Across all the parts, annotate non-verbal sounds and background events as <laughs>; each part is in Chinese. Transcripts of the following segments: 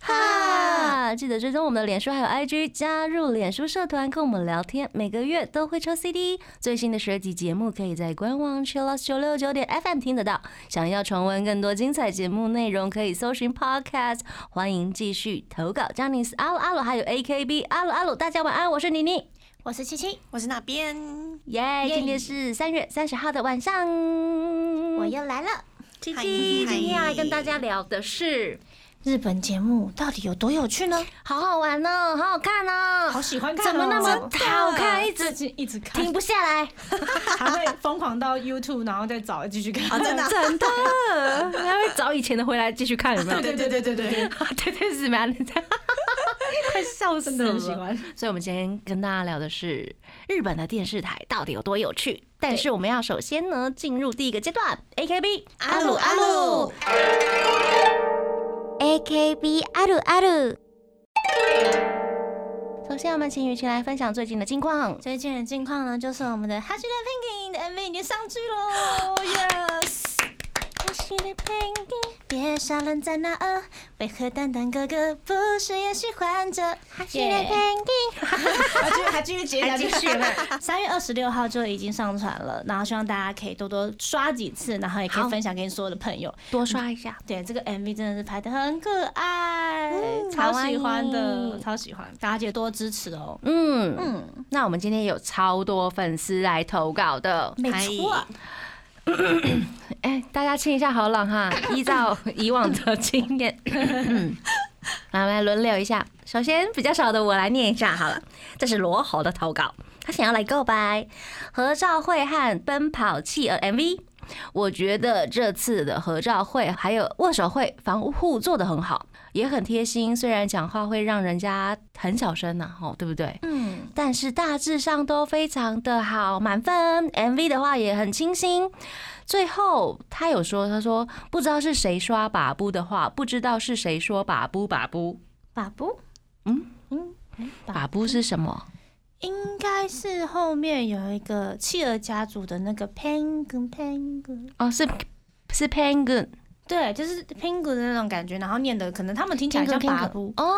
哈，记得追踪我们的脸书还有 IG，加入脸书社团跟我们聊天，每个月都会抽 CD，最新的十二集节目可以在官网 Chillus 九六九点 FM 听得到。想要重温更多精彩节目内容，可以搜寻 Podcast，欢迎继续投稿。j a n i c e 阿鲁阿鲁还有 AKB 阿鲁阿鲁，大家晚安，我是妮妮。我是七七，我是那边，耶、今天是三月三十号的晚上，我又来了。七嗨七今天要来跟嗨大家聊的是，日本节目到底有多有趣呢？好好玩哦，好好看哦，好喜欢看、哦，怎么那么好看，一最直近一直看，停不下来，还会疯狂到 YouTube，然后再找继续啊看。真 <laughs> 的真的，还会找以前的回来继续看，有没有？对对对对对对， <laughs> 对对是蛮，快笑死真的很喜了。欢。所以，我们今天跟大家聊的是日本的电视台到底有多有趣。但是，我们要首先呢进入第一个阶段，AKB 阿鲁阿鲁， AKB あるある首先，我们请雨晴来分享最近的近况。最近的近况呢，就是我们的《哈 a s h i Pinking》的 MV 已经上剧喽 <gasps> ，Yes！哈 a s h i Pinking，别傻愣在那儿，为何蛋蛋哥哥不是也喜欢着哈 a s h i Yeah Pinking？还继续还继续接下哎去，啊三月二十六号就已经上传了，然后希望大家可以多多刷几次，然后也可好以分享给你所有的朋友。多刷一下。对，这个 MV 真的是拍的很可爱，超卡哇伊喜欢的，超喜欢，大家记得多支持哦。嗯嗯，那我们今天有超多粉丝来投稿的，没错，哎，大家清一下喉咙哈，依照以往的经验，来我们来轮流一下。首先比较少的我来念一下好了，这是罗喉的投稿，他想要来告白合照会和奔跑企鹅 MV。我觉得这次的合照会还有握手会防护做得很好，也很贴心。虽然讲话会让人家很小声呐、吼，对不对？嗯，但是大致上都非常的好，满分。MV 的话也很清新。最后他有说，他说不知道是谁刷把布的话，不知道是谁说把布把布把布，嗯嗯，哎把布是什么？应该是后面有一个企鹅家族的那个 penguin penguin，哦，是是 penguin 对，就是 penguin 的那种感觉，然后念的可能他们听起来像 Penguin，把布，哦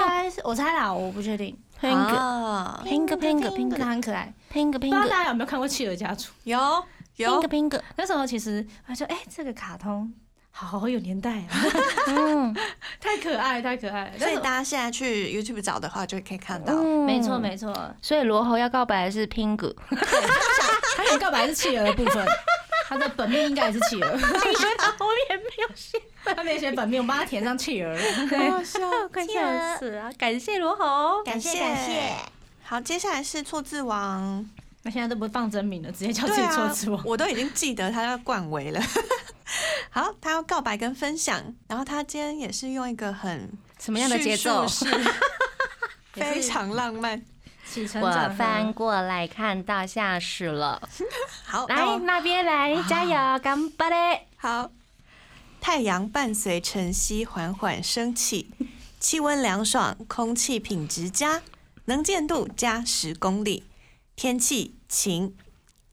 应该是我猜啦，我不确定。 penguin 啊， Penguin，Penguin，真的很可爱， penguin 不知道 penguin 大家有没有看过《企鹅家族》？有 penguin 有， penguin，那时候其实我就哎、这个卡通好有年代啊，<laughs> <laughs> 嗯太可爱，太可爱。所但以是大家现在去 YouTube 找的话就可以看到。嗯没错。没错，所以罗喉要告白的是 <laughs> penguin， <laughs> 他想告白是企鹅的部 <laughs> 分，他的本命应该也是企 <laughs> 鹅。后面没有写。他没写本命，我帮他填上企鹅。好笑，快笑死了！感谢罗喉，感谢感谢。好，接下来是错字王，那现在都不放真名了，直哦接叫自对己啊错字王。我都已经记得他叫冠维了。 <laughs> 好，他要告白跟分享，然后他今天也是用一个很什么样的节奏？叙述 <laughs> 式 <laughs> 非常浪漫。起承我转合翻过来看到下史了。好，那来我那边来，加油，干巴嘞！好，太阳伴随晨曦缓缓升起，气温凉爽，空气品质佳，能见度加十公里，天气晴。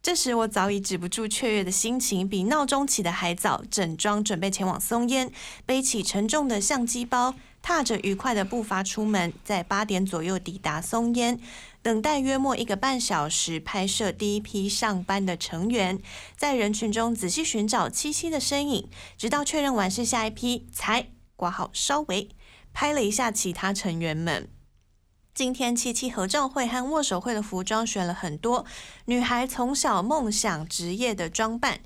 这时我早已止不住雀跃的心情，比闹钟起得还早，整装准备前往松烟，背起沉重的相机包，踏着愉快的步伐出门，在八点左右抵达松烟。等待约莫一个半小时，拍摄第一批上班的成员，在人群中仔细寻找七七的身影，直到确认完是下一批，才挂号稍微拍了一下其他成员们。今天七七合照会和握手会的服装选了很多，女孩从小梦想职业的装扮，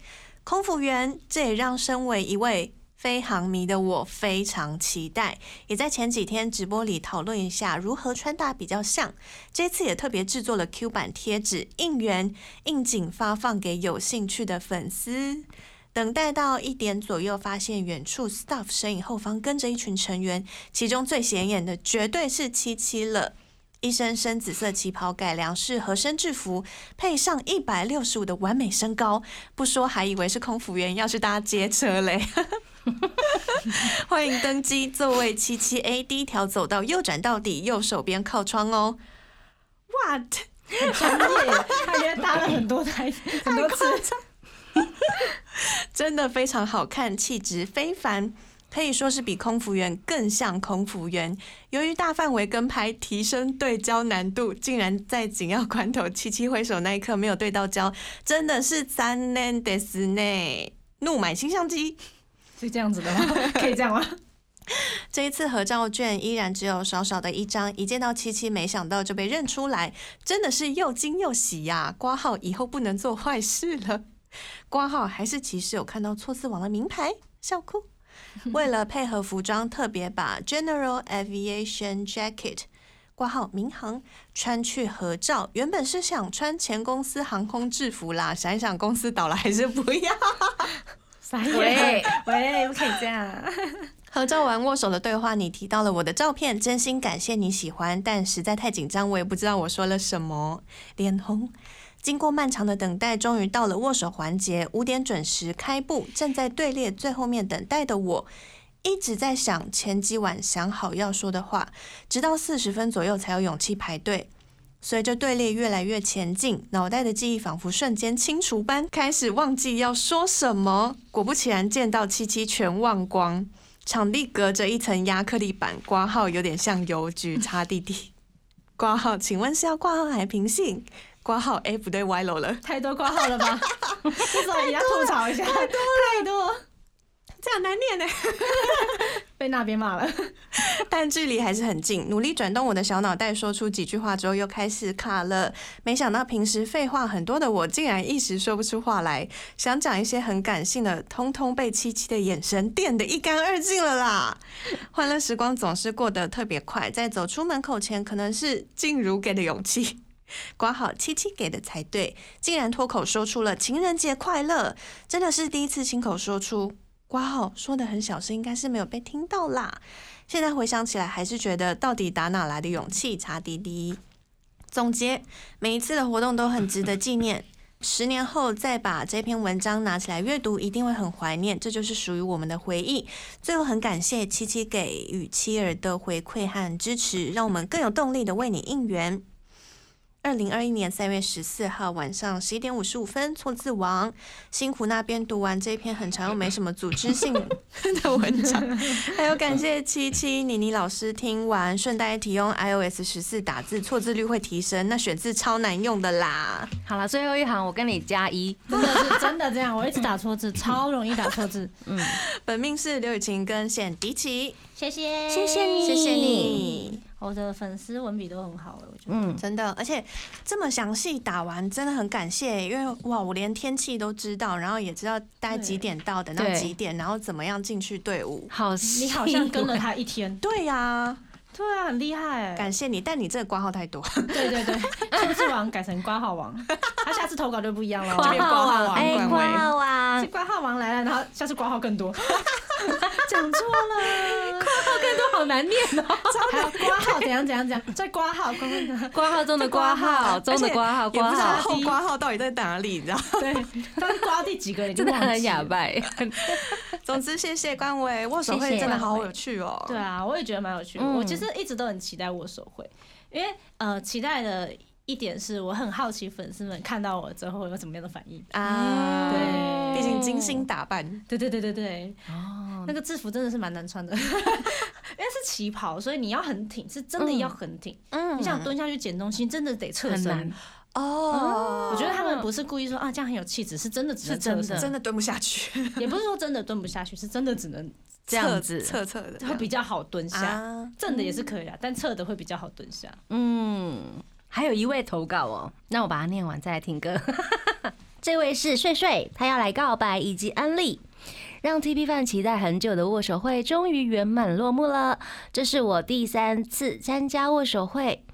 空服员，这也让身为一位飞航迷的我非常期待。也在前几天直播里讨论一下如何穿搭比较像，这次也特别制作了 Q 版贴纸应援应景发放给有兴趣的粉丝。等待到一点左右，发现远处 staff 身影后方跟着一群成员，其中最显眼的绝对是七七了。一身深紫色旗袍改良式合身制服，配上一百六十五的完美身高，不说还以为是空服员要去搭街车嘞。 <laughs> 欢迎登机，座位七七 A 第一条走道右转到底，右手边靠窗哦。What？专业，他觉得搭了很多台，很多次。真的非常好看，气质非凡，可以说是比空服员更像空服员。由于大范围跟拍提升对焦难度，竟然在紧要关头七七挥手那一刻没有对到焦，真的是三年的死内怒买新相机。是这样子的 <laughs> 吗？可以这样吗？这一次合照券依然只有少少的一张，一见到七七，没想到就被认出来，真的是又惊又喜呀、挂号以后不能做坏事了，挂号还是其实有看到错字网的名牌，笑哭。为了配合服装，特别把 General Aviation Jacket 挂号民航穿去合照。原本是想穿前公司航空制服啦，想一想公司倒了还是不要。傻眼，喂喂，不可以这样。合照完握手的对话，你提到了我的照片，真心感谢你喜欢，但实在太紧张，我也不知道我说了什么，脸红。经过漫长的等待，终于到了握手环节，五点准时开步。站在队列最后面等待的我，一直在想前几晚想好要说的话，直到四十分左右才有勇气排队。随着队列越来越前进，脑袋的记忆仿佛瞬间清除般，开始忘记要说什么。果不其然，见到七七全忘光。场地隔着一层亚克力板，挂号有点像邮局擦地地。挂号，请问是要挂号还是平信？挂号，哎、不对，歪楼了。太多挂号了 <laughs> 吧？至少也要吐槽一下，太多太多，这样难念呢、被那边骂了。 <laughs> 但距离还是很近。努力转动我的小脑袋，说出几句话之后又开始卡了。没想到平时废话很多的我，竟然一时说不出话来。想讲一些很感性的，通通被七七的眼神电得一干二净了啦。欢乐时光总是过得特别快，在走出门口前，可能是静茹给的勇气。挂好七七给的才对，竟然脱口说出了情人节快乐，真的是第一次亲口说出。挂号说的很小声，应该是没有被听到啦。现在回想起来，还是觉得到底打哪来的勇气查滴滴？总结，每一次的活动都很值得纪念。十年后再把这篇文章拿起来阅读，一定会很怀念。这就是属于我们的回忆。最后，很感谢七七给予妻儿的回馈和支持，让我们更有动力的为你应援。二零二一年三月十四号晚上十一点五十五分，错字王辛苦那边读完这篇很长又没什么组织性的文章， <laughs> 还有感谢七七妮妮老师听完，顺带一提用 iOS 十四打字错字率会提升，那选字超难用的啦。好了，最后一行我跟你加一。真的是真的这样，我一直打错字，超容易打错字。本命是刘雨晴跟冼迪奇，谢谢，谢谢你谢谢你，我的粉丝文笔都很好，我觉得。嗯，真的，而且这么详细打完真的很感谢，因为哇，我连天气都知道，然后也知道大概几点到，等到对几点，然后怎么样进去队伍。好，你好像 <laughs> 跟了他一天，对呀、对啊，很厉害哎。感谢你，但你这个挂号太多，对对对，数字王改成挂号王，他下次投稿就不一样这了。挂哦边号挂号王，王哎，冠挂威号王啊是，挂号王来了，然后下次挂号更多。讲错了，这都好难念哦。还有挂号怎样怎样怎样，再挂号，挂号挂号中的挂号，中的挂号，也挂不知道号，后挂号到底在哪里，你知道吗？对，到底挂到第几个你真就的忘记了很哑。巴。欸总之，谢谢官委握手谢会谢真的好有趣哦。对啊，我也觉得蛮有趣的。嗯我其实一直都很期待握手会，因为呃，期待的一点是我很好奇粉丝们看到我之后有怎么样的反应。啊，对毕竟精心打扮，对对对对对，哦，那个制服真的是蛮难穿的，因为 <laughs> 是旗袍，所以你要很挺，是真的要很挺。嗯你想蹲下去捡东西，真的得侧很身难。哦，我觉得他们不是故意说啊，这样很有气质，是真的只能是真侧的身，真的蹲不下去，也不是说真的蹲不下去，是真的 <laughs> 只能这样子侧侧侧的这会样比较好蹲下。啊，正的也是可以啦，但侧的会比较好蹲下。嗯，还有一位投稿哦，那我把它念完再来听 <laughs> 歌。这位是睡睡，他要来告白以及安利。让 TP 饭期待很久的握手会终于圆满落幕了。这是我第三次参加握手会，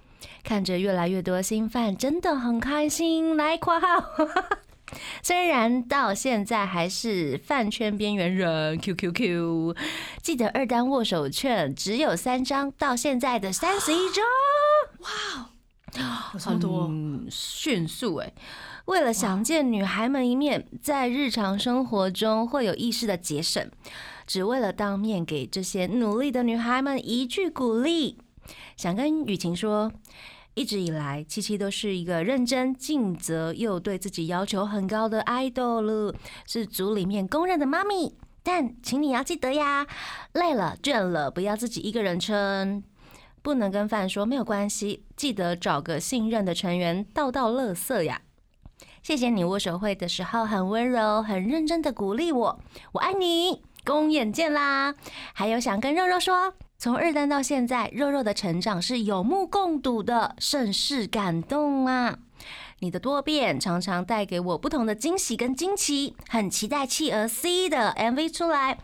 看着越来越多新饭，真的很开心。来括号， <laughs> 虽然到现在还是饭圈边缘人，QQQ。记得二单握手券只有三张，到现在的三十一张。有这么多哦，嗯，迅速欸哎、为了想见女孩们一面，在日常生活中会有意识的节省，只为了当面给这些努力的女孩们一句鼓励。想跟雨晴说，一直以来，七七都是一个认真、尽责又对自己要求很高的 idol，是组里面公认的妈咪。但请你要记得呀，累了、倦了，不要自己一个人撑。不能跟饭说没有关系，记得找个信任的成员倒倒垃圾呀。谢谢你握手会的时候很温柔、很认真的鼓励我，我爱你，公演见啦！还有想跟肉肉说，从日单到现在，肉肉的成长是有目共睹的，甚是感动啊！你的多变常常带给我不同的惊喜跟惊奇，很期待企鹅 C 的 MV 出来。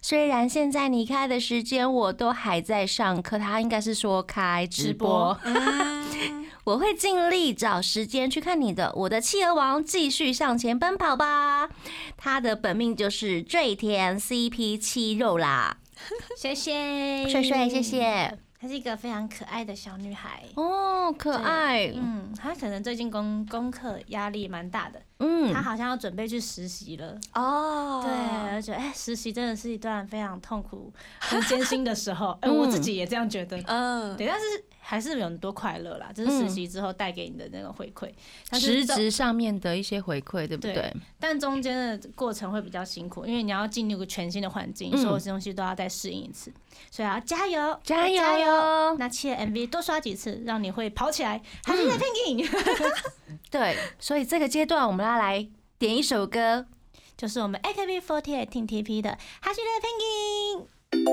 虽然现在你开的时间我都还在上课，他应该是说开直播，啊我会尽力找时间去看你的。我的企鹅王继续向前奔跑吧，他的本命就是坠田 CP 七肉啦，谢谢帅帅，谢。谢她是一个非常可爱的小女孩，哦，可爱，嗯，她可能最近功功课压力蛮大的，嗯她好像要准备去实习了。哦，对，而且哎，实习真的是一段非常痛 <laughs> 苦、很艰辛的时候。哎，嗯我自己也这样觉得。嗯，对，但是还是有很多快乐啦，就是实习之后带给你的那个回馈。嗯但实是中质上面的一些回馈，对不对对？但中间的过程会比较辛苦，因为你要进入一个全新的环境，嗯所有东西都要再适应一次，所以要加油，加油加油！哟！那期的 MV 多刷几次，让你会跑起来，嗯还是在 Pinky，对，所以这个阶段我们要来点一首歌，就是我们 AKB48 Team TP 的哈希的 Pinky。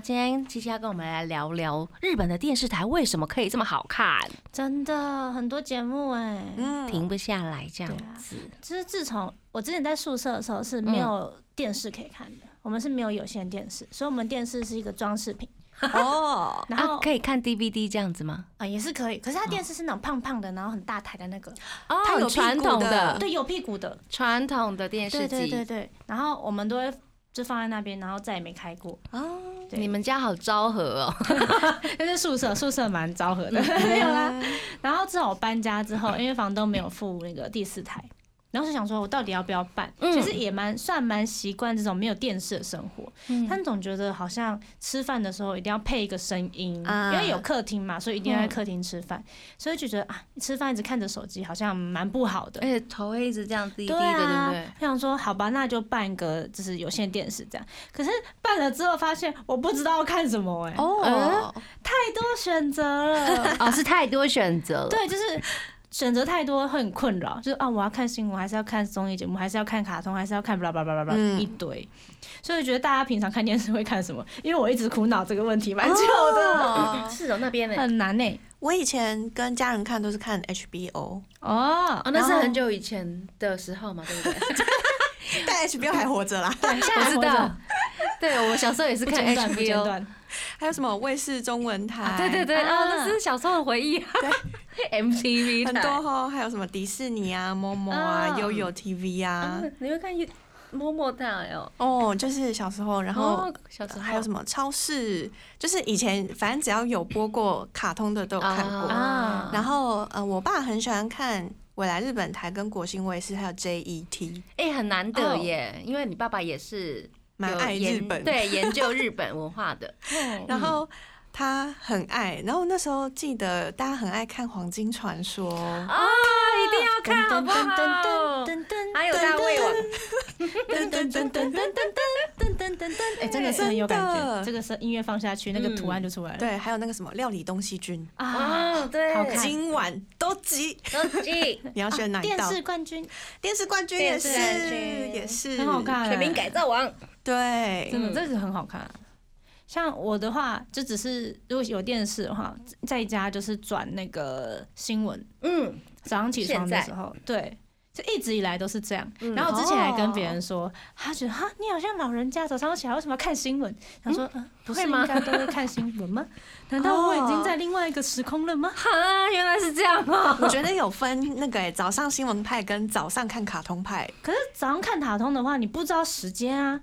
今天七七要跟我们来聊聊日本的电视台为什么可以这么好看，真的很多节目哎、嗯，停不下来这样对啊子。就是自从我之前在宿舍的时候是没有电视可以看的，我们是没有有线电视，所以我们电视是一个装饰品，哦，然后啊，可以看 DVD 这样子吗？啊、也是可以，可是它电视是那种胖胖的，然后很大台的那个，哦它有屁股传统的对，有屁股的，传统的电视嗯对对对机。对，然后我们都会就放在那边，然后再也没开过。 <laughs> 哦，对你们家好昭和哦，但是宿舍宿舍蛮昭和的，没有啦。然后自从我搬家之后，因为房东没有付那个第四台，然后就想说我到底要不要办？嗯其实也蛮算蛮习惯这种没有电视的生活，嗯但总觉得好像吃饭的时候一定要配一个声音，啊因为有客厅嘛，所以一定要在客厅吃饭，所以就觉得啊，吃饭一直看着手机好像蛮不好的而。且头会一直这样哎低低的，对对不啊，对？我想说好吧，那就办一个就是有线电视这样。可是办了之后发现我不知道要看什么哎、哦，太多选择了。哦，是太多选择了。对，就是选择太多会很困扰，就是啊，我要看新闻，还是要看综艺节目，还是要看卡通，还是要看巴拉巴拉巴拉巴拉嗯一堆。所以我觉得大家平常看电视会看什么？因为我一直苦恼这个问题蛮久的，是哦，那边呢？很难呢、欸我以前跟家人看都是看 HBO，哦，哦，那是很久以前的时候嘛，对不对？但 HBO 还活着 <laughs> 啦。对，现在我还知活道着，，对我小时候也是不看间断，不间 HBO，断。还有什么卫视中文台？对对对，啊，那是小时候的回忆啊。MTV 很台多哦，还有什么迪士尼啊、某某啊、嗯悠悠 TV 啊，哦你会看摸摸台哦，哦，就是小时候，然后哦小时候还有什么超市，就是以前反正只要有播过卡通的都有看过。啊然后呃，我爸很喜欢看我来日本台跟国新卫视还有 E JET，哎，很难得耶，因为你爸爸也是蛮有爱日研本。，对，研究日本文化的。然后。他很爱，然后那时候记得大家很爱看《黄金传说》 <laughs> 啊，一定要看好不好？噔噔还有大胃王，噔噔噔噔噔，噔噔噔噔，哎，真的是很有感真的觉。这个是音乐放下去，那个嗯图案就出来了。对，还有那个什么料理东西君，啊，哦，对，好看今晚都急，都记你要选哪一电哦道？视冠军，电视冠军也是，电视冠军也是很好。看，全民改造王，对，真的嗯这个很好看啊、像我的话，就只是如果有电视的话，在家就是转那个新闻，嗯，早上起床现在的时候，对，就一直以来都是这样。然后我之前还跟别人说，他觉得哈，你好像老人家早上起来为什么要看新闻？他说，嗯，不是会吗应该都会看新闻吗？难道我已经在另外一个时空了吗？哦哈，原来是这样哦、我觉得有分那个诶、早上新闻派跟早上看卡通派可是早上看卡通的话，你不知道时间啊。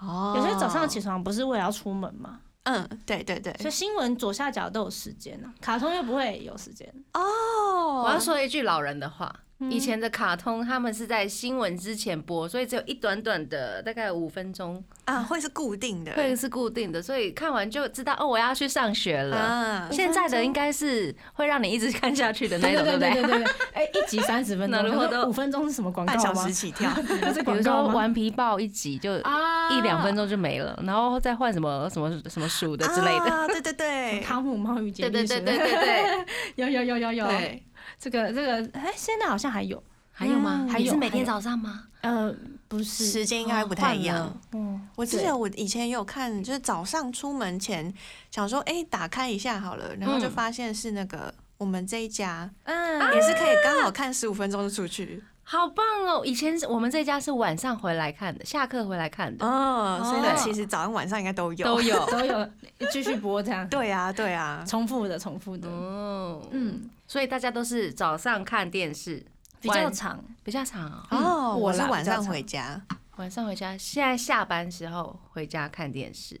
哦有些早上起床不是为了要出门吗？嗯，对对对，所以新闻左下角都有时间啊，卡通又不会有时间。哦，我要说一句老人的话。以前的卡通，他们是在新闻之前播，所以只有一短短的大概五分钟，啊，会是固定的，会是固定的，所以看完就知道哦，我要去上学了。啊，现在的应该是会让你一直 <laughs> 看下去的那种，对不对 <laughs> 对？对对，哎，一集三十分那钟，如果都五分钟是什么广告半小吗时？起跳，这是比广如告说吗《顽皮豹》一集就啊一两分钟就没了，然后再换什么什么什么鼠的之类的。啊，对对对，汤姆猫与杰对利对对是不对是对对， <laughs> 有有有有有，对，这个这个，哎，现在好像还有， <laughs> 还有吗？嗯还还有是每天早上吗？呃，不是，时间应该不太一样。嗯，我记对得我以前也有看，就是早上出门前想说，哎、打开一下好了，然后就发现是那个我们这一家，嗯，也是可以刚好看十五分钟就出去，好棒哦！以前是我们这家是晚上回来看的，下课回来看的，哦，所以它对其实早上晚上应该都有，都 <laughs> 有。都有继续播这样，对啊，对啊，重复的重复的，哦，嗯，所以大家都是早上看电视，比较晚长，比较长哦。哦，嗯我是我啦晚比较上常回家，晚上回家，现在下班时候回家看电视。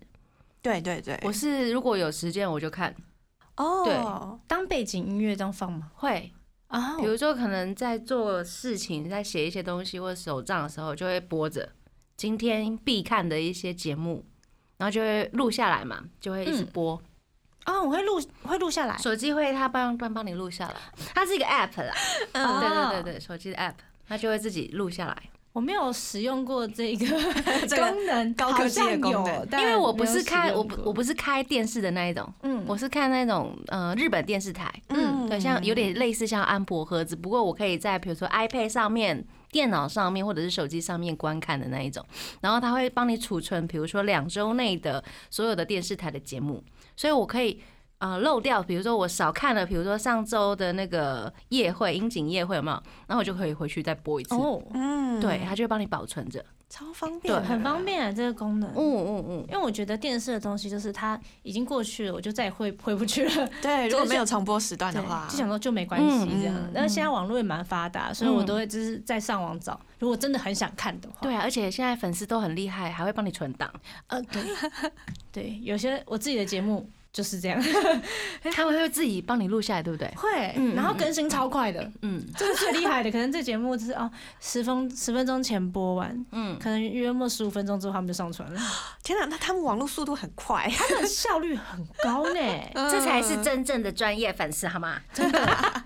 对对对，我是如果有时间我就看，哦，当背景音乐这样放吗？会，啊比如说可能在做事情，在写一些东西或者手账的时候，就会播着今天必看的一些节目，然后就会录下来嘛，就会一直嗯播。啊，我会录会录下来，手机会它帮帮帮你录下来，它是一个 app 啦，啊嗯对对对对，手机的 app，它就会自己录下来。我没有使用过这个这个功能，高科技的功能好像有，但因为我不是没开有我使用不过我不是开电视的那一种，嗯我是看那种呃日本电视台，嗯对，像有点类似像安博盒子，不过我可以在比如说 iPad 上面、电脑上面或者是手机上面观看的那一种，然后它会帮你储存，比如说两周内的所有的电视台的节目，所以我可以。呃，漏掉，比如说我少看了，比如说上周的那个夜会、樱井夜会有没有？然后我就可以回去再播一次。哦，嗯对，，它就会帮你保存着。超方便，很方。便啊这个功能，嗯嗯嗯，因为我觉得电视的东西就是它已经过去了，我就再也回回不去了。对，如就果是没有重播时段的话，就想说就没关系这样嗯嗯。但是现在网络也蛮发达，所以我都会就是在上网找，如果真的很想看的话。对啊，而且现在粉丝都很厉害，还会帮你存档，呃，对，对，有些我自己的节目就是这样，他们会自己帮你录下来，对不对？ <laughs> 会，然后更新超快的，嗯嗯 <laughs> 这是最厉害的。可能这节目就是哦，十分十分钟前播完，嗯，可能约莫十五分钟之后他们就上传了，天哪，那他们网络速度很快， <laughs> 他们效率很高呢。这才嗯是真正的专业粉丝，好吗？ <laughs>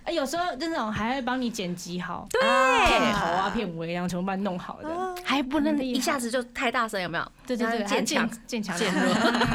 哎有时候那种还会帮你剪辑好，对片头啊、片尾，然后全部帮你弄好的。还不能很厉害一下子就太大声，有没有？对对对，然后渐强渐强 <laughs> 渐弱，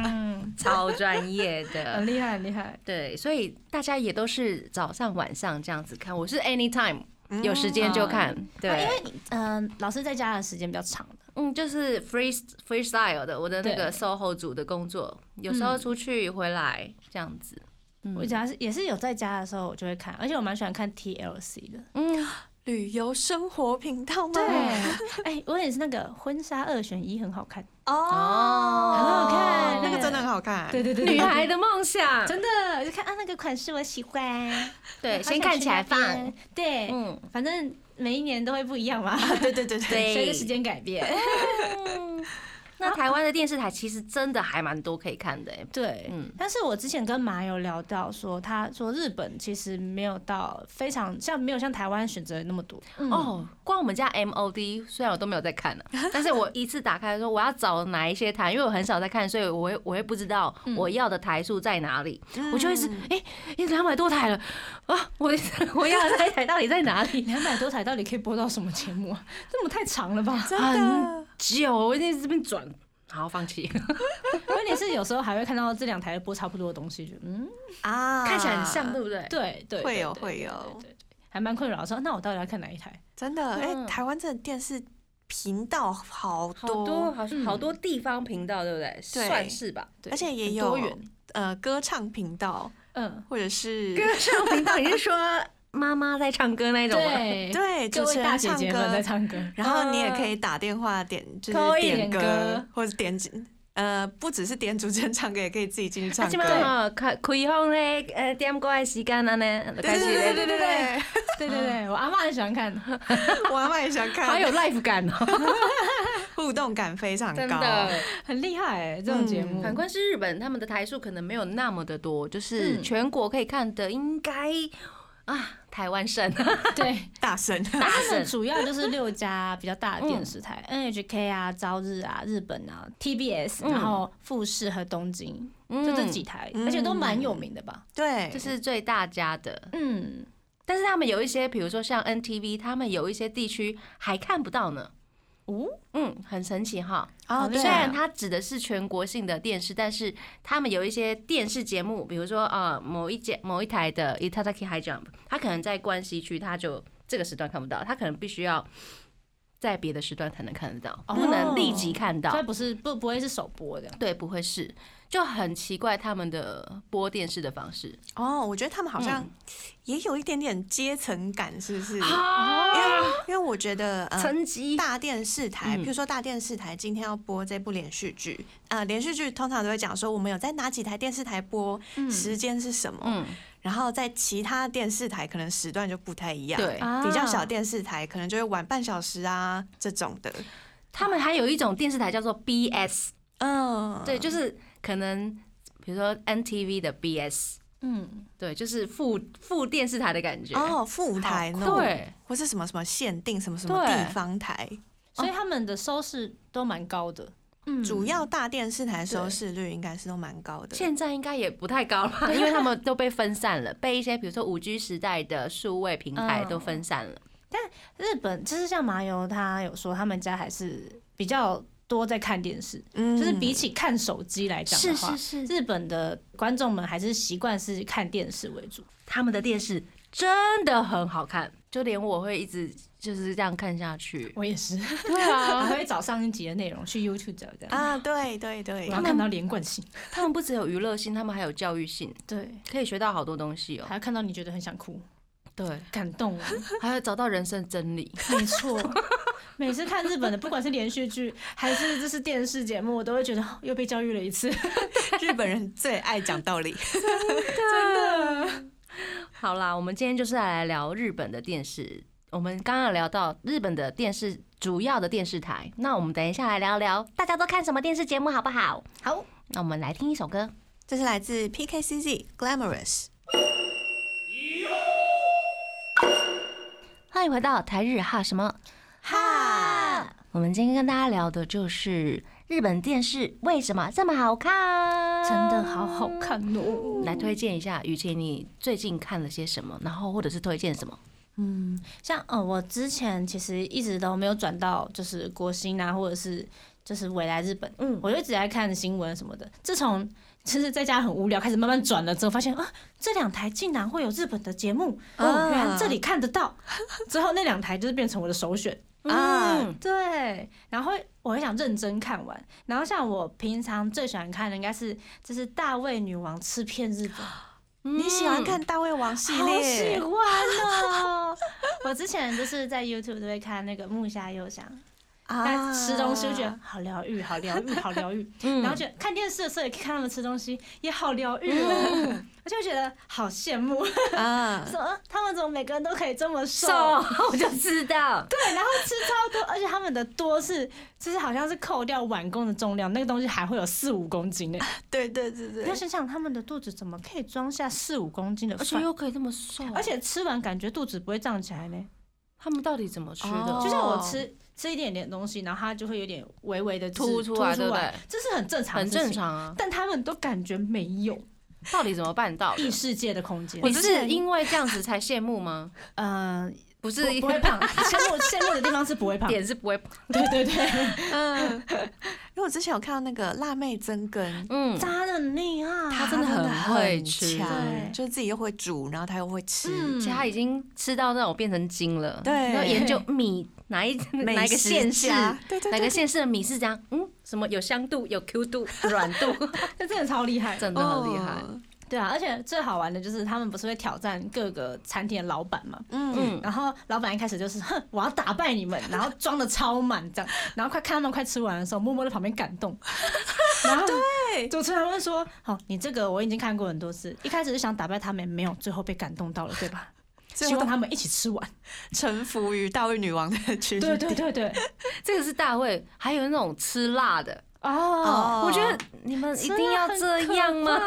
嗯超专业很 <laughs> 的。厉害很厉害。对，所以大家也都是早上、晚上这样子看。我是 anytime 有时间就看，嗯啊因对，为你嗯、老师在家的时间比较长的，嗯，就是 free freestyle 的我的那个对 SOHO 组的工作，有时候出去回来这样子。嗯我只要是也是有在家的时候，我就会看，而且我蛮喜欢看 TLC 的。嗯，旅游生活频道吗？对， <laughs> 哎、我也是那个婚纱二选一，很好看，哦，很好看，那个真的很好看，对对对，对女孩的梦想，真的就看啊，那个款式我喜欢，对，好先想看去起来那放，边，对，嗯，反正每一年都会不一样嘛， <laughs> 对对对对，对随着，时间改变。那台湾的电视台其实真的还蛮多可以看的、欸，对，嗯但是我之前跟马友聊到说，他说日本其实没有到非常像没有像台湾选择那么多，嗯哦，光我们家 MOD 虽然我都没有在 <laughs> 看呢、但是我一次打开说我要找哪一些台，因为我很少在看，所以我会我会不知道嗯我要的台数在哪里，我就一直哎，也两百多台了啊，我我要的那一台到底在 <laughs> 哪里？两百多台到底可以播到什么节目啊？ <laughs> 这么太长了吧？ <laughs> 真很的久，我一直在这边转，好放弃，啊关键是有时候还会看到这两台播差不多的东西，就嗯，啊，看起来很像，对不对？对对，会有对对会有对，对对还蛮困扰的。说那我到底要看哪一台？真的，哎、嗯台湾这电视频道好多，好嗯好多地方频道，对不对？对算是吧。对而且也很有多元，呃歌唱频道，嗯，或者是歌唱频道，你是说妈妈在唱歌那种吗？对，对， <laughs> 各主持人位大姐唱姐们在歌，唱歌， <laughs> 然后你也可啊以打电话点，就是 Call in 点歌歌或者点呃，不只是点主持人唱歌，也可以自己进去啊，唱即歌。摆吼开开放咧，呃，点歌的时间安尼，就对开始对咧，对对对对对对对，我阿妈很喜欢看， <laughs> 对，我阿妈也想好看，有 life 感哦，互动感非常真高。的。很厉害哎，这嗯种节目。反观是日本，他们的台数可能没有那么的多，就是嗯全国可以看的应该啊，台湾省对，<laughs> 大神，大他们省。主要就是六家比较大的电视台、n h k 啊、朝日啊、日本啊、TBS，、嗯然后富士和东京，嗯就这几台，嗯而且都蛮有名的吧？对，这是最大家的，嗯，但是他们有一些，比如说像 NTV，他们有一些地区还看不到呢。哦，嗯，很神奇哈。哦，对虽对，然它指的是全国性的电视，但是他们有一些电视节目，比如说呃某一节某一台的 Itadaki High Jump，它可能在关西区，它就这个时段看不到，它可能必须要在别的时段才能看得到，哦不能立即看到所以。不是不不会是首播的，对，不会是，就很奇怪他们的播电视的方式。哦，我觉得他们好嗯像也有一点点阶层感，是不是？因啊，为因为我觉得呃，层级大电视台，嗯比如说大电视台今天要播这部连续剧，啊，连续剧通常都会讲说我们有在哪几台电视台播，时间是什么，嗯，然后在其他电视台可能时段就不太一样，对比较小电视台可能就会晚半小时啊这种的，他们还有一种电视台叫做 BS，嗯，对，就是可能比如说 NTV 的 BS，嗯，对，就是副副电视台的感觉。哦，副舞台呢，对，或是什么什么限定什么什么对地方台，哦所以他们的收视都蛮高的，嗯，主要大电视台收视率应该是都蛮高的，现在应该也不太高了，因为他们都被分散了，被一些比如说五 G 时代的数位平台嗯都分散了。日本就是像麻油，他有说他们家还是比较多在看电视，嗯就是比起看手机来讲的话，是，日本的观众们还是习惯是看电视为主。他们的电视真的很好看，就连我会一直就是这样看下去。我也是，对我 <laughs> 啊，会找上一集的内容去 YouTube 找这样。啊，对对对我，要看到连贯性，他们不只有娱乐性，他们还有教育性，对，可以学到好多东西哦还。要看到你觉得很想哭、对，感动啊，还有找到人生真理。没错。 <laughs> 每次看日本的，不管是连续剧还是这是电视节目，我都会觉得哦又被教育了一次。日本人最爱讲道理，啊 <laughs> 好啦，我们今天就是来聊日本的电视。我们刚刚有聊到日本的电视主要的电视台，那我们等一下来聊聊大家都看什么电视节目，好不好？好，那我们来听一首歌。这是来自 PKCZ Glamorous。欢迎回到台日哈什么哈？啊我们今天跟大家聊的就是日本电视为什么这么好看，真的好好看哦！来推荐一下，雨晴，你最近看了些什么？然后或者是推荐什么？嗯，像呃，我之前其实一直都没有转到就是国新啊，或者是就是未来日本，嗯，我就一直在看新闻什么的。自从就是在家很无聊，开始慢慢转了之后，发现啊，这两台竟然会有日本的节目，哦，啊原来这里看得 <laughs> 到。之后那两台就是变成我的首选。啊嗯，对，然后我会想认真看完。然后像我平常最喜欢看的应该是就是《大卫女王吃遍日本》。你喜欢看大胃王系好喜列？欢哦！我之前就是在 YouTube 都会看那个木下佑香，啊啊他吃东西就觉得好疗愈，好疗愈，好疗愈。嗯然后觉得看电视的时候也可以看他们吃东西，也好疗愈哦。嗯 <laughs> 我就觉得好羡慕，得啊，说啊他们怎么每个人都可以这么瘦？ <laughs> 我就知道，对，然后吃超多，而且他们的多是就是好像是扣掉碗公的重量，那个东西还会有四五公斤 <laughs> 呢。对对对你要对，想想他们的肚子怎么可以装下四五公斤的而且饭？又可以这么瘦，而且吃完感觉肚子不会胀起来呢。他们到底怎么吃哦的？就像我吃吃一点点东西，然后它就会有点微微的凸出来对不对？这是很正常，很正。常啊，但他们都感觉没 <clears throat> 有到底怎么办到的？异世界的空间，你是因为这样子才羡慕吗？呃不是，不不会胖，羡慕羡慕的地方是不会 <laughs> 胖，点是不会胖。对对对，嗯， <laughs> 因为我之前有看到那个辣妹增根，嗯，扎的厉害，他真的很会吃嗯她真的很对强就是自己又会煮，然后他又会吃，而且他已经吃到那种变成精了，对要研究米哪一美 <laughs> 哪一个食县市，家对对哪对个县市的米是这样，嗯，什么有香度、有 <laughs> Q 度、软度，这真的超厉害，真的很厉害。哦对对啊，而且最好玩的就是他们不是会挑战各个餐厅的老板嘛，嗯，嗯，然后老板一开始就是哼，我要打败你们，然后装的超满这样，然后快看他们快吃完的时候，默默在旁边感动， <laughs> 然后对主持人会说，好，你这个我已经看过很多次，一开始是想打败他们，没有，最后被感动到了，对 <laughs> 吧？最希后望他们一起吃完，臣服于大卫女王的裙对对对 <laughs> 对，这个是大卫，还有那种吃辣的，哦，我觉得你们一定要这样吗？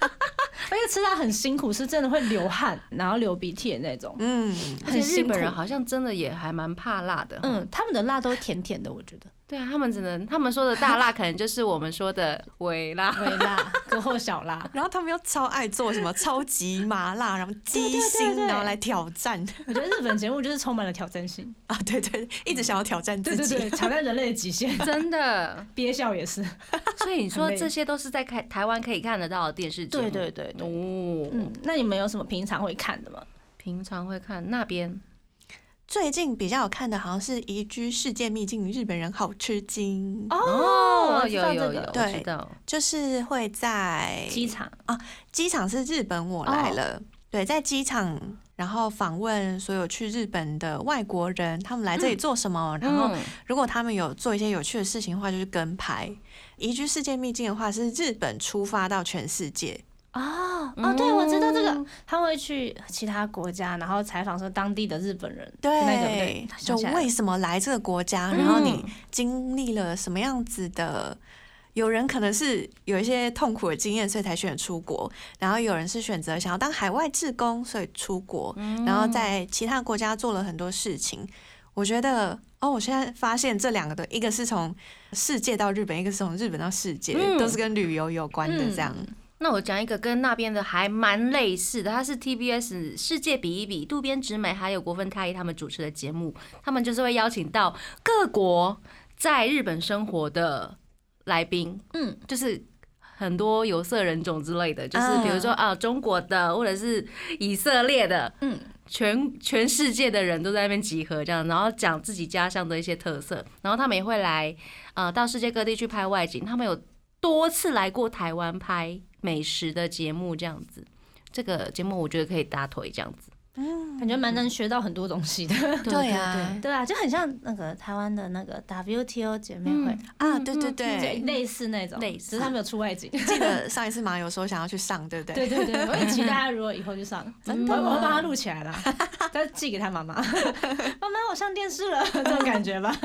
而且吃到很辛苦，是真的会流汗，然后流鼻涕的那种，嗯，而很且日辛苦本人。好像真的也还蛮怕辣的，嗯，嗯，他们的辣都甜甜的，我 <laughs> 觉得。对啊，他们只能他们说的大辣，可能就是我们说的微辣，微辣、隔后小辣， <laughs> 然后他们又超爱做什么超级麻辣，然后鸡对心，对然后来挑战我觉得日本节目就是充满了挑战性，啊，对对，一直想要挑战对自对己。 <laughs> 对，挑战人类的极限， <laughs> 真的。憋笑也是。所以你说很累这些都是在台台湾可以看得到的电视节目，对哦，嗯，那你们有什么平常会看的吗？平常会看那边最近比较有看的好像是《移居世界秘境》，日本人好吃惊，哦，我知道有这有个有，我对知道，就是会在机场机场是日本我来了，对，在机场，然后访问所有去日本的外国人，他们来这里做什么，然后嗯如果他们有做一些有趣的事情的话，就是跟拍。移居世界秘境的话，是日本出发到全世界，哦哦，对，我知道这个，他会去其他国家，然后采访说当地的日本人，对，那个对，就想起来了嗯为什么来这个国家，然后你经历了什么样子的。有人可能是有一些痛苦的经验，所以才选出国；然后有人是选择想要当海外志工，所以出国，嗯然后在其他国家做了很多事情。我觉得，哦，我现在发现这两个的，一个是从世界到日本，一个是从日本到世界，嗯都是跟旅游有关的这样。嗯那我讲一个跟那边的还蛮类似的，它是 TBS 世界比一比渡边直美还有国分太一他们主持的节目，他们就是会邀请到各国在日本生活的来宾，嗯，就是。很多有色人种之类的，就是比如说啊，中国的或者是以色列的，嗯，全全世界的人都在那边集合这样，然后讲自己家乡的一些特色，然后他们也会来呃到世界各地去拍外景，他们有多次来过台湾拍美食的节目，这样子。这个节目我觉得可以打腿这样子。感觉蛮能学到很多东西的。对啊，嗯 <laughs> 对啊，就很像那个台湾的那个 WTO 姐妹会，啊，对对就对，嗯类似那种，类似只是他们有出外景。记得上一次马友说想要去上，对不对？ <laughs> 对对对，我也期待他如果以后就上，真的我我会吗帮他录起来 <laughs> 啦，再寄给他妈妈。妈妈，我上电视 <laughs> 了，这种感觉吧。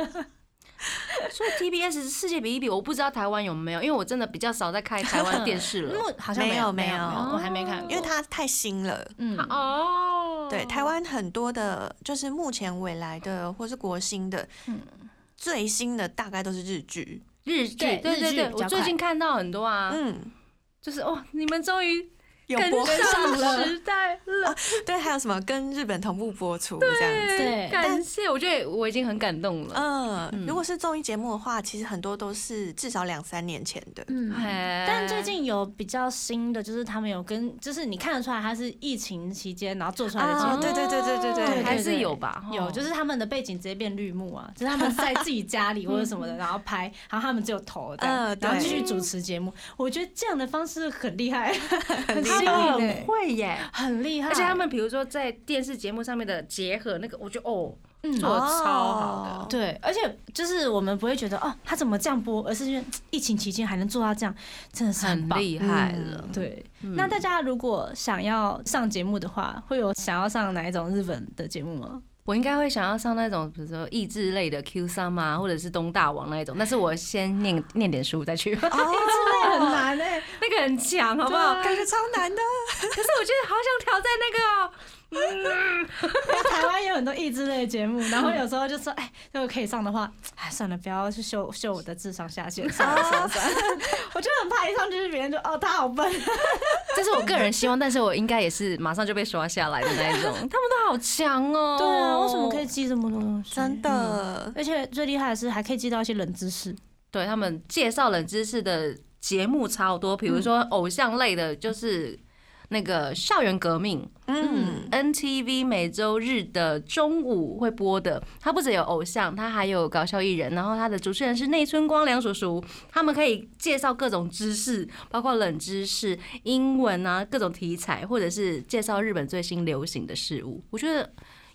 所以 TBS 世界比一比，我不知道台湾有没有，因为我真的比较少在开台湾电 <laughs> 视了。目嗯好像有没有没没有我还没看过，因为它太新了。嗯哦，对，台湾很多的，就是目前未来的或是国新的，最新的大概都是日剧。日剧，对对对日剧对，比我较最快近看到很多啊，嗯，就是哇，你们终于有跟播上时代了，对，还有什么跟日本同步播出这样子。对感谢，我觉得我已经很感动了。嗯，如果是综艺节目的话，其实很多都是至少两三年前的。嗯哎但最近有比较新的，就是他们有跟，就是你看得出来，它是疫情期间然后做出来的节目，啊，对对对对对对，哦还是有吧，哦有，就是他们的背景直接变绿幕啊，就是他们在自己家里或者什么的，嗯然后拍，然后他们只有头这样嗯，对然后继续主持节目。我觉得这样的方式很厉害，很他新们颖很欸，会耶，很厉害。而且他们比如说在电视节目上面的结合，那个我觉得哦，嗯做的超好的。哦对，而且就是我们不会觉得哦，他怎么这样播，而是因为疫情期间还能做到这样，真的是很嗯棒。厉害嗯了。对，那大家如果想要上节目的话，会有想要上哪一种日本的节目 <laughs> 吗？我应该会想要上那种，比如说益智类的 Q 三啊，或者是东大王那一种。但是我先念念点书再 <laughs> 去，哦真的很难啊哎、 <laughs> 那个很强，好不好？哦感觉超难的。可是我觉得好想挑战那个 <laughs> 哦。因为台湾有很多益智类的节目，然后有时候就说，哎，如果可以上的话，哎，算了，不要去秀秀我的智商下限，算啊了算了算了， <laughs> 我就很怕一上就是别人就哦，他好笨，这是我个人希望，但是我应该也是马上就被刷下来的那一种。他们都好强哦。对啊，为什么可以？记这么多东西？ <laughs> 哦真的，嗯而且最厉害的是还可以记到一些冷知识，对他嗯们介绍冷知识的节目超多，比如说偶像类的，就是那个校园革命，嗯， NTV 每周日的中午会播的，它不只有偶像，它还有搞笑艺人，然后它的主持人是内村光良叔叔，他们可以介绍各种知识，包括冷知识、英文啊，各种题材，或者是介绍日本最新流行的事物。我觉得。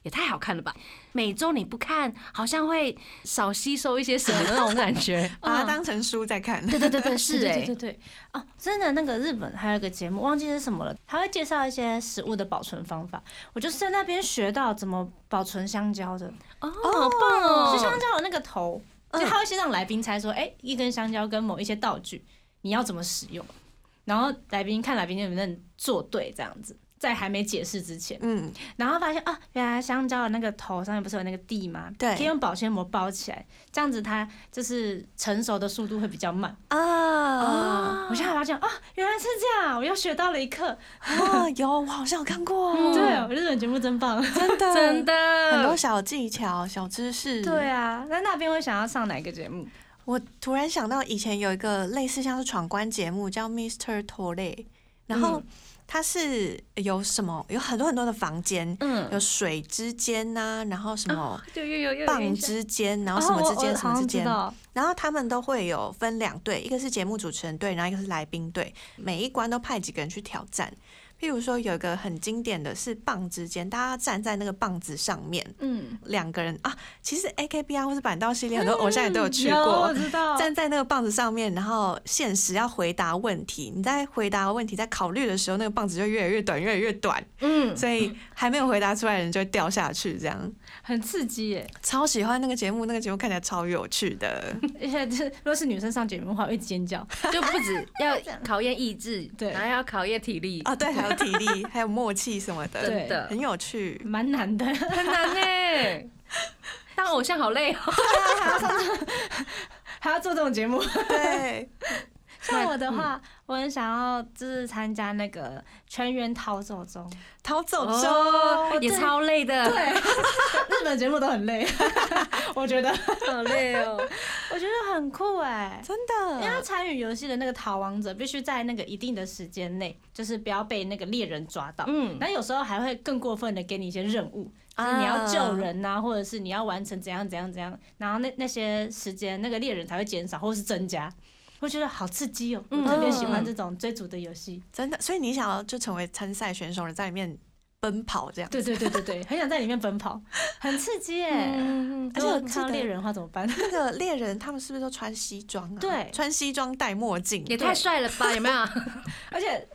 也太好看了吧！每周你不看，好像会少吸收一些什么的那种感觉。把嗯它当成书在看。对对对对，是哎、对对对哦，真的那个日本还有一个节目忘记是什么了，他会介绍一些食物的保存方法，我就是在那边学到怎么保存香蕉的，哦，好棒哦！是香蕉的那个头，就他会先让来宾猜说，哎、一根香蕉跟某一些道具你要怎么使用，然后来宾看来宾能不能做对这样子，在还没解释之前，嗯，然后发现啊，原来香蕉的那个头上面不是有那个蒂吗？对可以用保鲜膜包起来，这样子它就是成熟的速度会比较慢。啊， <laughs> 啊！我现在发现啊，原来是这样，我又学到了一课。哦，有，我好像有看过，嗯对，我觉得这种节目真棒。 <laughs> 真的，真很多的，小技巧、小知识。嗯对啊，那那边会想要上哪个节目？我突然想到以前有一个类似像是闯关节目叫 Mr. t o l e 然嗯后它是有什么有很多很多的房间，嗯有水之间呐、然后啊什么对，又又又蚌之间，哦然后什么之间什么之间，然后他们都会有分两队，一个是节目主持人队，然后一个是来宾队，每一关都派几个人去挑战。譬如说有一个很经典的是棒之间，大家站在那个棒子上面，嗯，两个人啊，其实 A K B 啊或是板道系列很多偶像也都有去过，我知 <laughs> 道。嗯站在那个棒子上面，然后限时要回答问题。你在回答问题、在考虑的时候，那个棒子就越来越短，越来越短。嗯，所以还没有回答出来的人就会掉下去，这样。很刺激耶！超喜欢那个节目，那个节目看起来超有趣 <laughs> 的。而且就是如果是女生上节目的话，会一直尖叫。 <laughs> 就不止要考验意 <laughs> 志，对然后要考验体力，哦，对，还有体力，还有默契什么的，真的 <laughs> 很有 <laughs> 趣。蛮难的， <laughs> 很难呢。当偶像好 <laughs> 累哦。还要做这种节目。嗯对， <laughs> 像我的话，我很想要就是参加那个全员逃走中，逃走中、哦，也超累的，对， <laughs> 日本节目都很累， <laughs> 我觉得好累哦。我觉得很酷哎。真因为他的参与游戏的那个逃亡者必须在那个一定的时间内，就是不要被那个猎人抓到。嗯，那有时候还会更过分的给你一些任务，就是你要救人呐、或者是你要完成怎样怎样怎样，然后那那些时间那个猎人才会减少或是增加，我觉得好刺激哦、我特别喜欢这种追逐的游戏。真的，所以你想要就成为参赛选手，在里面奔跑这样。对对对对对， <laughs> 很想在里面奔跑，很刺激耶、嗯而且如我果记看到得猎人的话怎么办？那个猎人他们是不是都穿西装啊？对穿西装戴墨镜，也太帅了吧，有没 <laughs> 有？ <laughs> 而且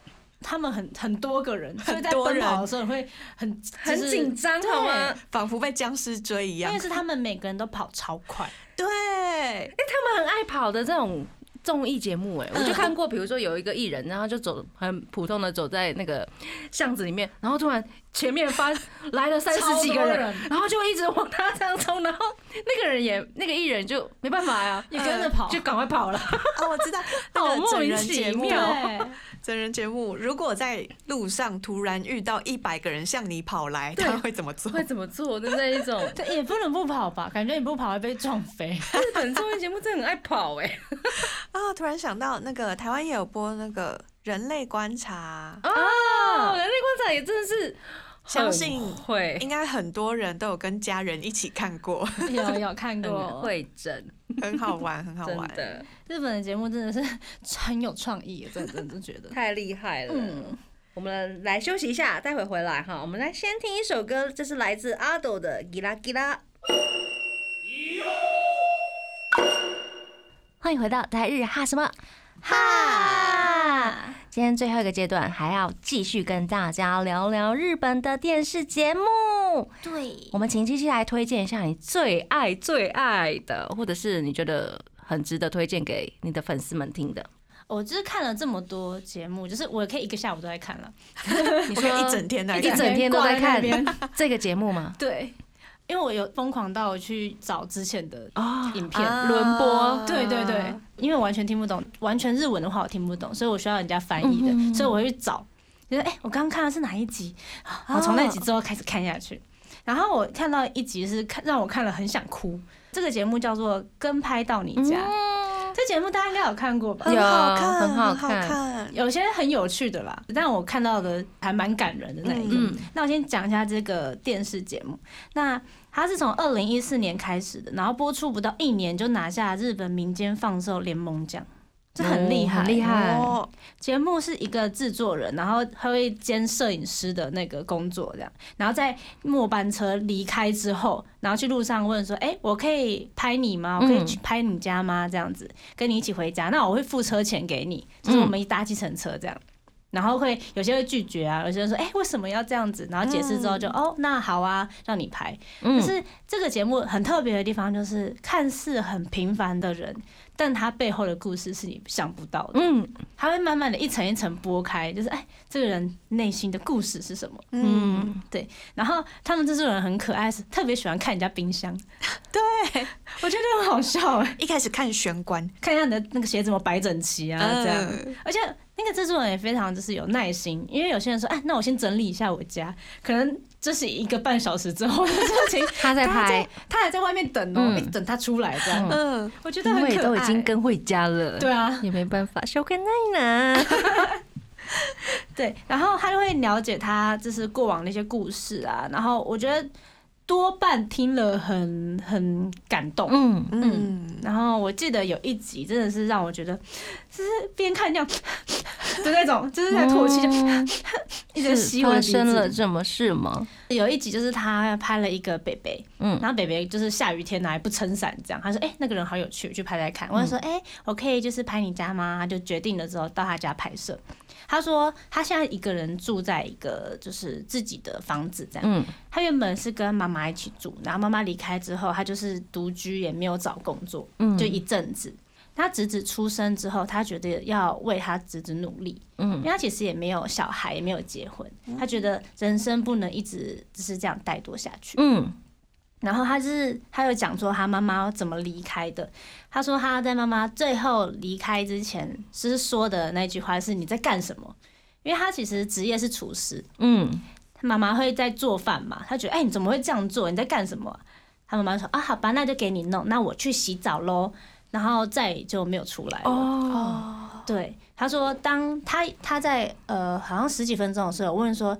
他们很很多个人， <laughs> 所以在多奔跑人的时候你会很很紧，张就是好啊吗？仿佛被僵尸追一对因样为。是他们每个人都跑超快，对，他们很爱跑的这种。综艺节目 <laughs> 哎、我就看过，比如说有一个艺人，然后就走很普通的走在那个巷子里面，然后突然前面发来了三十几个人，超多人然后就一直往他这样冲，然后那个人也那个艺人就没办法呀、 <laughs> 也跟着跑呃就赶快跑了，哦，我 <laughs> 知道，好那个莫整名人其节目，妙对，整人节目，如果在路上突然遇到一百个人向你跑来，他会怎 <laughs> 么做？会怎么做的那一种。 <laughs> 对，也不能不跑吧，感觉你不跑会被撞飞。日本综艺节 <laughs> 目真的很爱跑哎、啊、突然想到那个台湾也有播那个人类观察，哦，人类观察也真的是相信很会应该很多人都有跟家人一起看 <laughs> 过， <laughs> 有有看很过，会整，很好玩，很好真玩。的日本的节目真的是很有创意，真的真的觉得。太厉害了。嗯我们来休息一下，待会回来哈。我们来先听一首歌，这是来自阿斗的《吉拉吉拉》。欢迎回到台日哈什么哈，今天最后一个阶段，还要继续跟大家聊聊日本的电视节目。对我，们请七七来推荐一下你最爱最爱的，或者是你觉得很值得推荐给你的粉丝们听的。我就是看了这么多节目，就是我可以一个下午都在看了，你我说可以一整天来一看，整天都在看挂那边这个节目吗？对，因为我有疯狂到我去找之前的哦，影片啊轮播，对对对，因为我完全听不懂，完全日文的话我听不懂，所以我需要人家翻译的，所以我会去找，就是哎、我刚刚看的是哪一集，嗯啊我从那集之后开始看下去，然后我看到一集是看让我看了很想哭，这个节目叫做《跟拍到你家》，这节目大家应该有看过吧？很好看，很好好看看。有些很有趣的啦，但我看到的还蛮感人的那一个。嗯那我先讲一下这个电视节目。那它是从二零一四年开始的，然后播出不到一年就拿下日本民间放售联盟奖，这很厉害，很厉害。哦，节目是一个制作人，然后他会兼摄影师的那个工作这样，然后在末班车离开之后，然后去路上问说：“哎、我可以拍你吗？我可以去拍你家吗？”这样子跟你一起回家，那我会付车钱给你，就是我们一搭计程车这样。然后会有些会拒绝啊，有些人说：“哎、为什么要这样子？”然后解释之后就、哦，那好啊，让你拍。可是这个节目很特别的地方就是，看似很平凡的人，但他背后的故事是你想不到的。嗯他会慢慢的一层一层剥开，就是哎，这个人内心的故事是什么？嗯，嗯，然后他们这种人很可爱，是特别喜欢看人家 <laughs> 冰箱。对，我觉得很好笑哎，一开始看玄关，看一下你的那个鞋怎么摆整齐啊，这样。嗯，而且那个制作人也非常就是有耐心，因为有些人说，哎，那我先整理一下我家，可能这是一个半小时之后的事情，他 <laughs> 在他拍在，他还在外面等哦，嗯一直等他出来这样。嗯，我觉得因很为可爱。都已经跟回家了，对啊，也没办法，小可奈呢。 <laughs> 对，然后他就会了解他就是过往的一些故事啊，然后我觉得多半听了很很感动。嗯，嗯，然后我记得有一集真的是让我觉得，就是边看这样 <laughs> 的那种，就是在吐气，就嗯一直吸我的发鼻生了子。什么事吗？有一集就是他拍了一个北北，嗯然后北北就是下雨天来不撑伞这样，他说：“哎、那个人好有趣，去拍拍看。”我就说：“哎、我可以就是拍你家吗？”他就决定了之后到他家拍摄。他说他现在一个人住在一个就是自己的房子这样，嗯他原本是跟妈妈一起住，然后妈妈离开之后，他就是独居，也没有找工作，嗯，就一阵子。他侄子出生之后，他觉得要为他侄子努力，因嗯为他其实也没有小孩，也没有结婚，他觉得人生不能一直只是这样怠惰下去。嗯然后他是他有讲说他妈妈怎么离开的，他说他在妈妈最后离开之前是说的那句话是你在干什么？因为他其实职业是厨师，嗯他妈妈会在做饭嘛，他觉得哎、你怎么会这样做？你在干什么啊、他妈妈说啊好吧，那就给你弄，那我去洗澡喽。然后再也就没有出来了。哦，对，他说当他他在呃好像十几分钟的时候有问说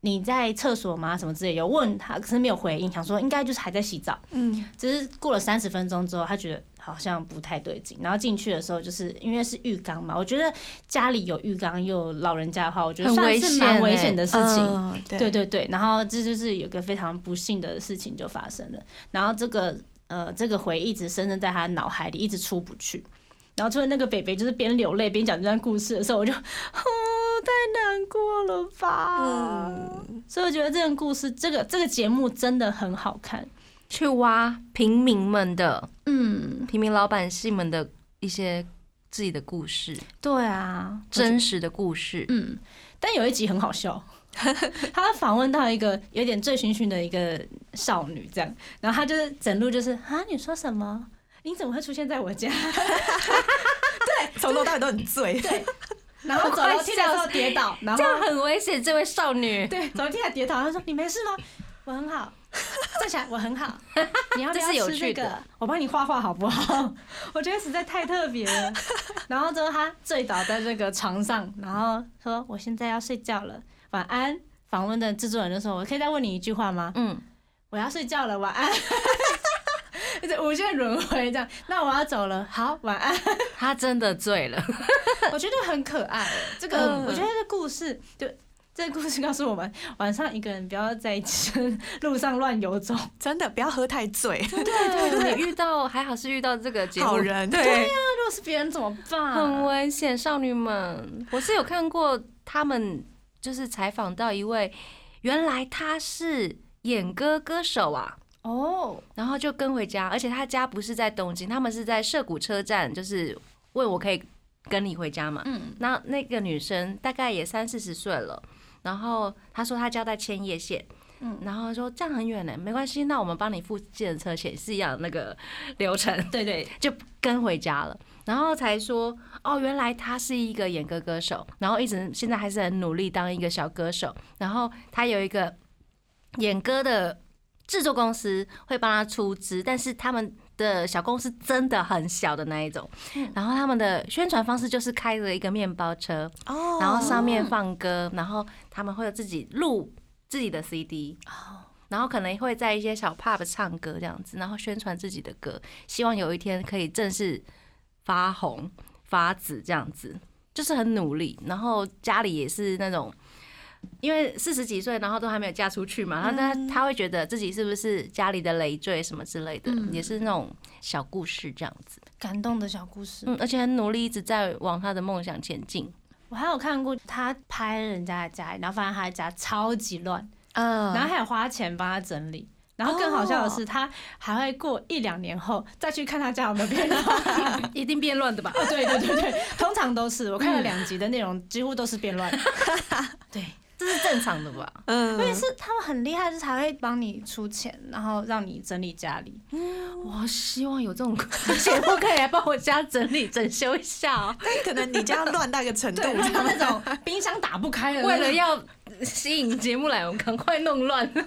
你在厕所吗？什么之类有问他，可是没有回应，想说应该就是还在洗澡。嗯，只是过了三十分钟之后，他觉得好像不太对劲。然后进去的时候，就是因为是浴缸嘛，我觉得家里有浴缸又有老人家的话，我觉得很算危是险蛮危欸险的事情。嗯对对，对对，然后这就是有个非常不幸的事情就发生了，然后这个呃这个回忆一直深深在他脑海里，一直出不去。然后就是那个北北，就是边流泪边讲这段故事的时候，我就，哦，太难过了吧。嗯，所以我觉得这个故事，这个这个节目真的很好看。去挖平民们的嗯，平民老百姓们的一些自己的故事，对啊，真实的故事。嗯，但有一集很 <laughs> 好笑，他访问到一个有点醉醺醺的一个少女，这样，然后他就是整路就是啊，你说什么？你怎么会出现在我家？从头到尾都很醉， <laughs> 然后走楼梯的时候跌倒，然后这样很危险，这位少女，嗯对走楼梯还跌倒，他说你没事吗？我很好，站起来我 <laughs> 很好。你要不这要是有吃这趣的个？我帮你画画好不好？ <laughs> 我觉得实在太特别了。然后之后他醉倒在这个床上，然后说我现在要睡觉了，晚安。访问的制作人就说：“我可以再问你一句话吗？”嗯，我要睡觉了，晚安。 <laughs> 就是无限轮回这样，那我要走了，好，晚安。她真的醉了。 <laughs> 我觉得很可爱，这个、嗯我觉得这故事就这个故事告诉我们，晚上一个人不要在就是路上乱游走。 <laughs> 真的不要喝太醉，对对，你遇到还好是遇到这个节好目，人，啊对，那如果是别人怎么办？很危险，少女们。我是有看过他们，就是采访到一位，原来他是演歌歌手啊，哦，然后就跟回家，而且他家不是在东京，他们是在涉谷车站，就是问我可以跟你回家嘛。嗯，那那个女生大概也三四十岁了，然后她说她家在千叶县，嗯嗯，然后说这样很远呢，没关系，那我们帮你付计程车钱，是一样的那个流程，对对，就跟回家了。然后才说哦，原来她是一个演歌歌手，然后一直现在还是很努力当一个小歌手。然后她有一个演歌的制作公司会帮她出资，但是他们。的小公司真的很小的那一种，然后他们的宣传方式就是开着一个面包车，哦然后上面放歌，然后他们会有自己录自己的 CD，然后可能会在一些小 pub 唱歌这样子，然后宣传自己的歌，希望有一天可以正式发红发紫这样子，就是很努力。然后家里也是那种，因为四十几岁，然后都还没有嫁出去嘛，然后他他会觉得自己是不是家里的累赘什么之类的，也是那种小故事这样子。感动的小故事。嗯，而且很努力，一直在往他的梦想前 <coughs> 进。我还有看过他拍人家的家里，然后发现他的家超级乱，嗯，哦然后还有花钱帮他整理。然后更好笑的是，他还会过一两年后再去看他家有没有变乱，一定变乱的吧？哦， <laughs> 对对对对，通常都是我看了两集的内容，几乎都是变乱。对，这是正常的吧？嗯，因为是他们很厉害，就是还会帮你出钱，然后让你整理家里。我希望有这种节目 <laughs> 可以来帮我家整理整修一下、哦，但可能你家乱到一个程度，对，啊他们那种冰箱打不开了， <laughs> 为了 <laughs> <laughs> 要吸引节目来，我们赶快弄乱。是这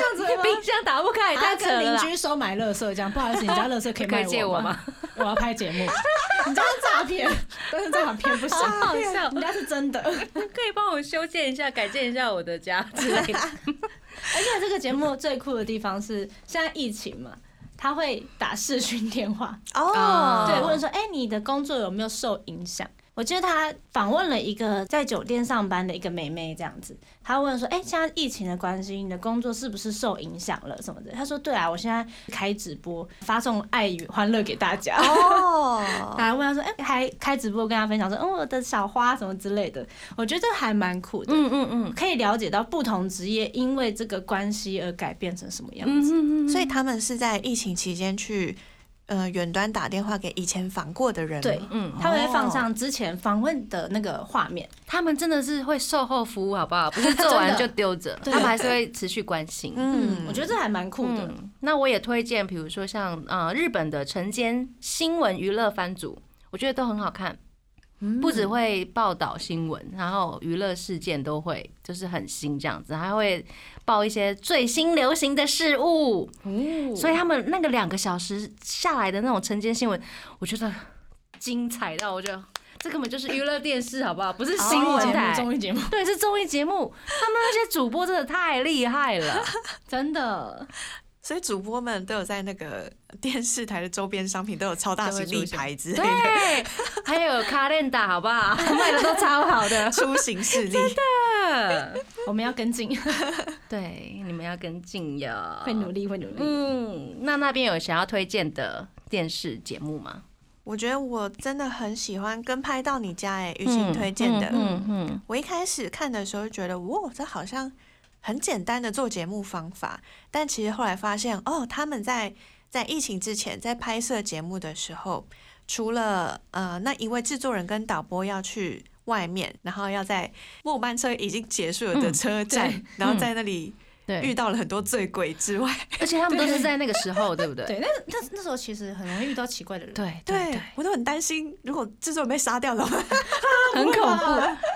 样子吗？冰箱打不开，太他扯跟了邻啦。居收买垃圾，这样不好意思，你家垃圾可以可以卖借我吗？我要拍 <laughs> 节目，你家是诈 <laughs> 骗，但是诈骗不行，好好笑人家是真的。而 <laughs> 可以帮我修建一下、改建一下我的家之类的。且这个节目最酷的地方是，现在疫情嘛，他会打视讯电话，哦，嗯对，问说，哎、你的工作有没有受影响？我记得他访问了一个在酒店上班的一个妹妹，这样子，他问说，哎、现在疫情的关系，你的工作是不是受影响了什么的？他说，对啊，我现在开直播，发送爱与欢乐给大家。哦， <laughs> 然后问他说，哎、还开直播跟他分享说，嗯，我的小花什么之类的，我觉得还蛮酷 <laughs> 的，嗯嗯嗯可以了解到不同职业因为这个关系而改变成什么样子。嗯嗯， <laughs> 所以他们是在疫情期间去呃远端打电话给以前访过的人吗，对，嗯他会放哦上之前访问的那个画面，他们真的是会售后服务，好不好？不 <laughs> 是做完真的就丢着，他对们还是会持续关心。嗯，我觉得这还蛮酷的。嗯，那我也推荐，比如说像呃日本的晨间新闻娱乐番组，我觉得都很好看，嗯不只会报道新闻，然后娱乐事件都会，就是很新这样子，还会报一些最新流行的事物。哦所以他们那个两个小时下来的那种晨间新闻，我觉得精彩到我觉得这根本就是娱乐电视，好不好？不是新综闻哦艺节目台，综艺节目，对，是综艺节目。他们那些主播真的太厉害了。真的所以主播们都有在那个电视台的周边商品都有超大型立牌之类的对，还有 calendar 好不好？卖的都超好的。出行事例，我们要跟 <laughs> 进， <laughs> 对，你们要跟进呀。会努力，会努力。嗯，那那边有想要推荐的电视节目吗？我觉得我真的很喜欢跟拍到你家哎、雨晴推荐的，嗯嗯我一开始看的时候就觉得，哇，这好像很简单的做节目方法，但其实后来发现，哦，他们在在疫情之前在拍摄节目的时候，除了呃那一位制作人跟导播要去外面，然后要在末班车已经结束了的车站，然后在那里遇嗯对，到了很多醉鬼之外，而且他们都是在那个时候，对不对？对，那那那时候其实很容易遇到奇怪的人，对对对对，我都很担心，如果制作人被杀掉了，很恐怖。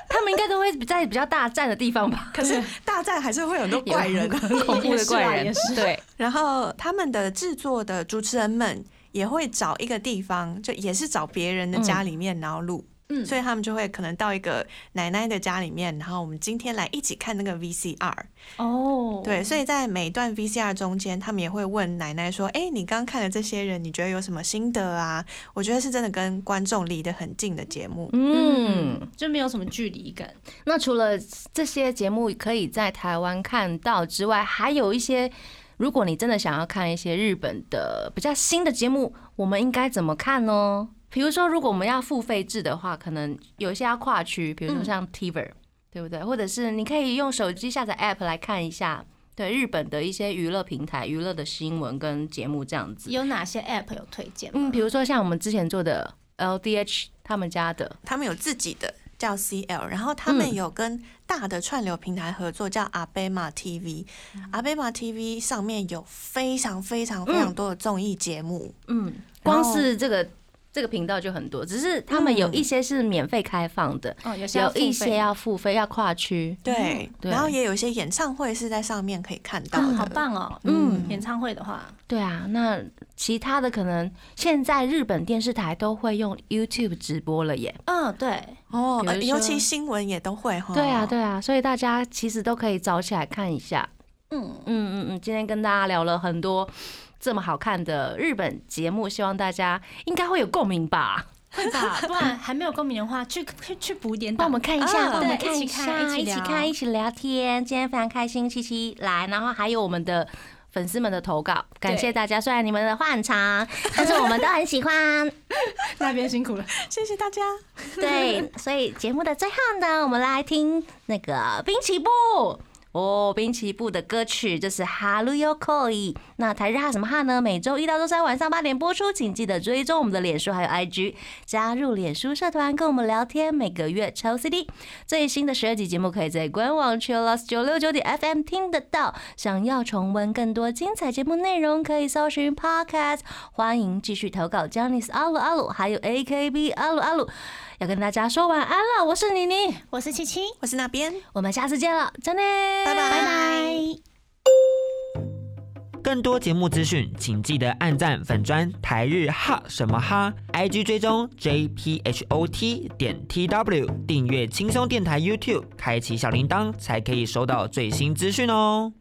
他们应该都会在比较大战的地方吧？可是 <laughs> 大战还是会有很多 <laughs> 怪人啊。很恐怖的怪人也是啊也，对，然后他们的制作的主持人们也会找一个地方，就也是找别人的家里面，然后录。嗯所以他们就会可能到一个奶奶的家里面，然后我们今天来一起看那个 VCR。哦，对，所以在每一段 VCR 中间，他们也会问奶奶说：“哎、你刚刚看了这些人，你觉得有什么心得啊？”我觉得是真的跟观众离得很近的节目。嗯。就没有什么距离感。那除了这些节目可以在台湾看到之外，还有一些，如果你真的想要看一些日本的比较新的节目，我们应该怎么看呢？比如说，如果我们要付费制的话，可能有一些要跨区，比如说像 TVer，、对不对？或者是你可以用手机下载 App 来看一下，对日本的一些娱乐平台、娱乐的新闻跟节目这样子。有哪些 App 有推荐？嗯，比如说像我们之前做的 LDH 他们家的，他们有自己的叫 CL，然后他们嗯有跟大的串流平台合作，叫 Abema TV。Abema 嗯 TV 上面有非常非常非常多的综艺节目，嗯，然光后是这个这个频道就很多，只是他们有一些是免费开放的，哦，有些要嗯有一付费些嗯要付费，要跨区。对，对然后也有一些演唱会是在上面可以看到的，好棒哦，嗯，演唱会的话，对啊，那其他的可能现在日本电视台都会用 YouTube 直播了耶。嗯，对，哦！比呃如尤其说新闻也都会哈。对啊，对啊，所以大家其实都可以找起来看一下。嗯，嗯嗯嗯，今天跟大家聊了很多这么好看的日本节目，希望大家应该会有共鸣吧。会吧，啊不然还没有共鸣的话，去去去补一点档，帮我们看一下，啊帮我们对看一起看下，一起一起聊看，一起聊天。今天非常开心，七七来，然后还有我们的粉丝们的投稿，感谢大家。虽然你们的话很长，但是我们都很喜欢。那边辛苦了，谢谢大家。对，所以节目的最后呢，我们来听那个滨崎步哦，滨崎步的歌曲就是《Hello Yo Koi》。那台日哈什么哈呢？每周一到周三晚上八点播出，请记得追踪我们的脸书还有 IG，加入脸书社团跟我们聊天。每个月抽 CD，最新的十二集节目可以在官网 chillus 九六九点 FM 听得到。想要重温更多精彩节目内容，可以搜寻 Podcast。欢迎继续投稿 j a n i c e 阿鲁阿鲁，还有 AKB 阿鲁阿鲁。要跟大家说晚安了，我是妮妮，我是七七，我是那边，我们下次见了，真的，拜拜拜拜。更多节目资讯，请记得按赞粉砖台日哈什么哈，IG 追踪 JPHOT 点 TW，订阅轻松电台 YouTube，开启小铃铛才可以收到最新资讯哦。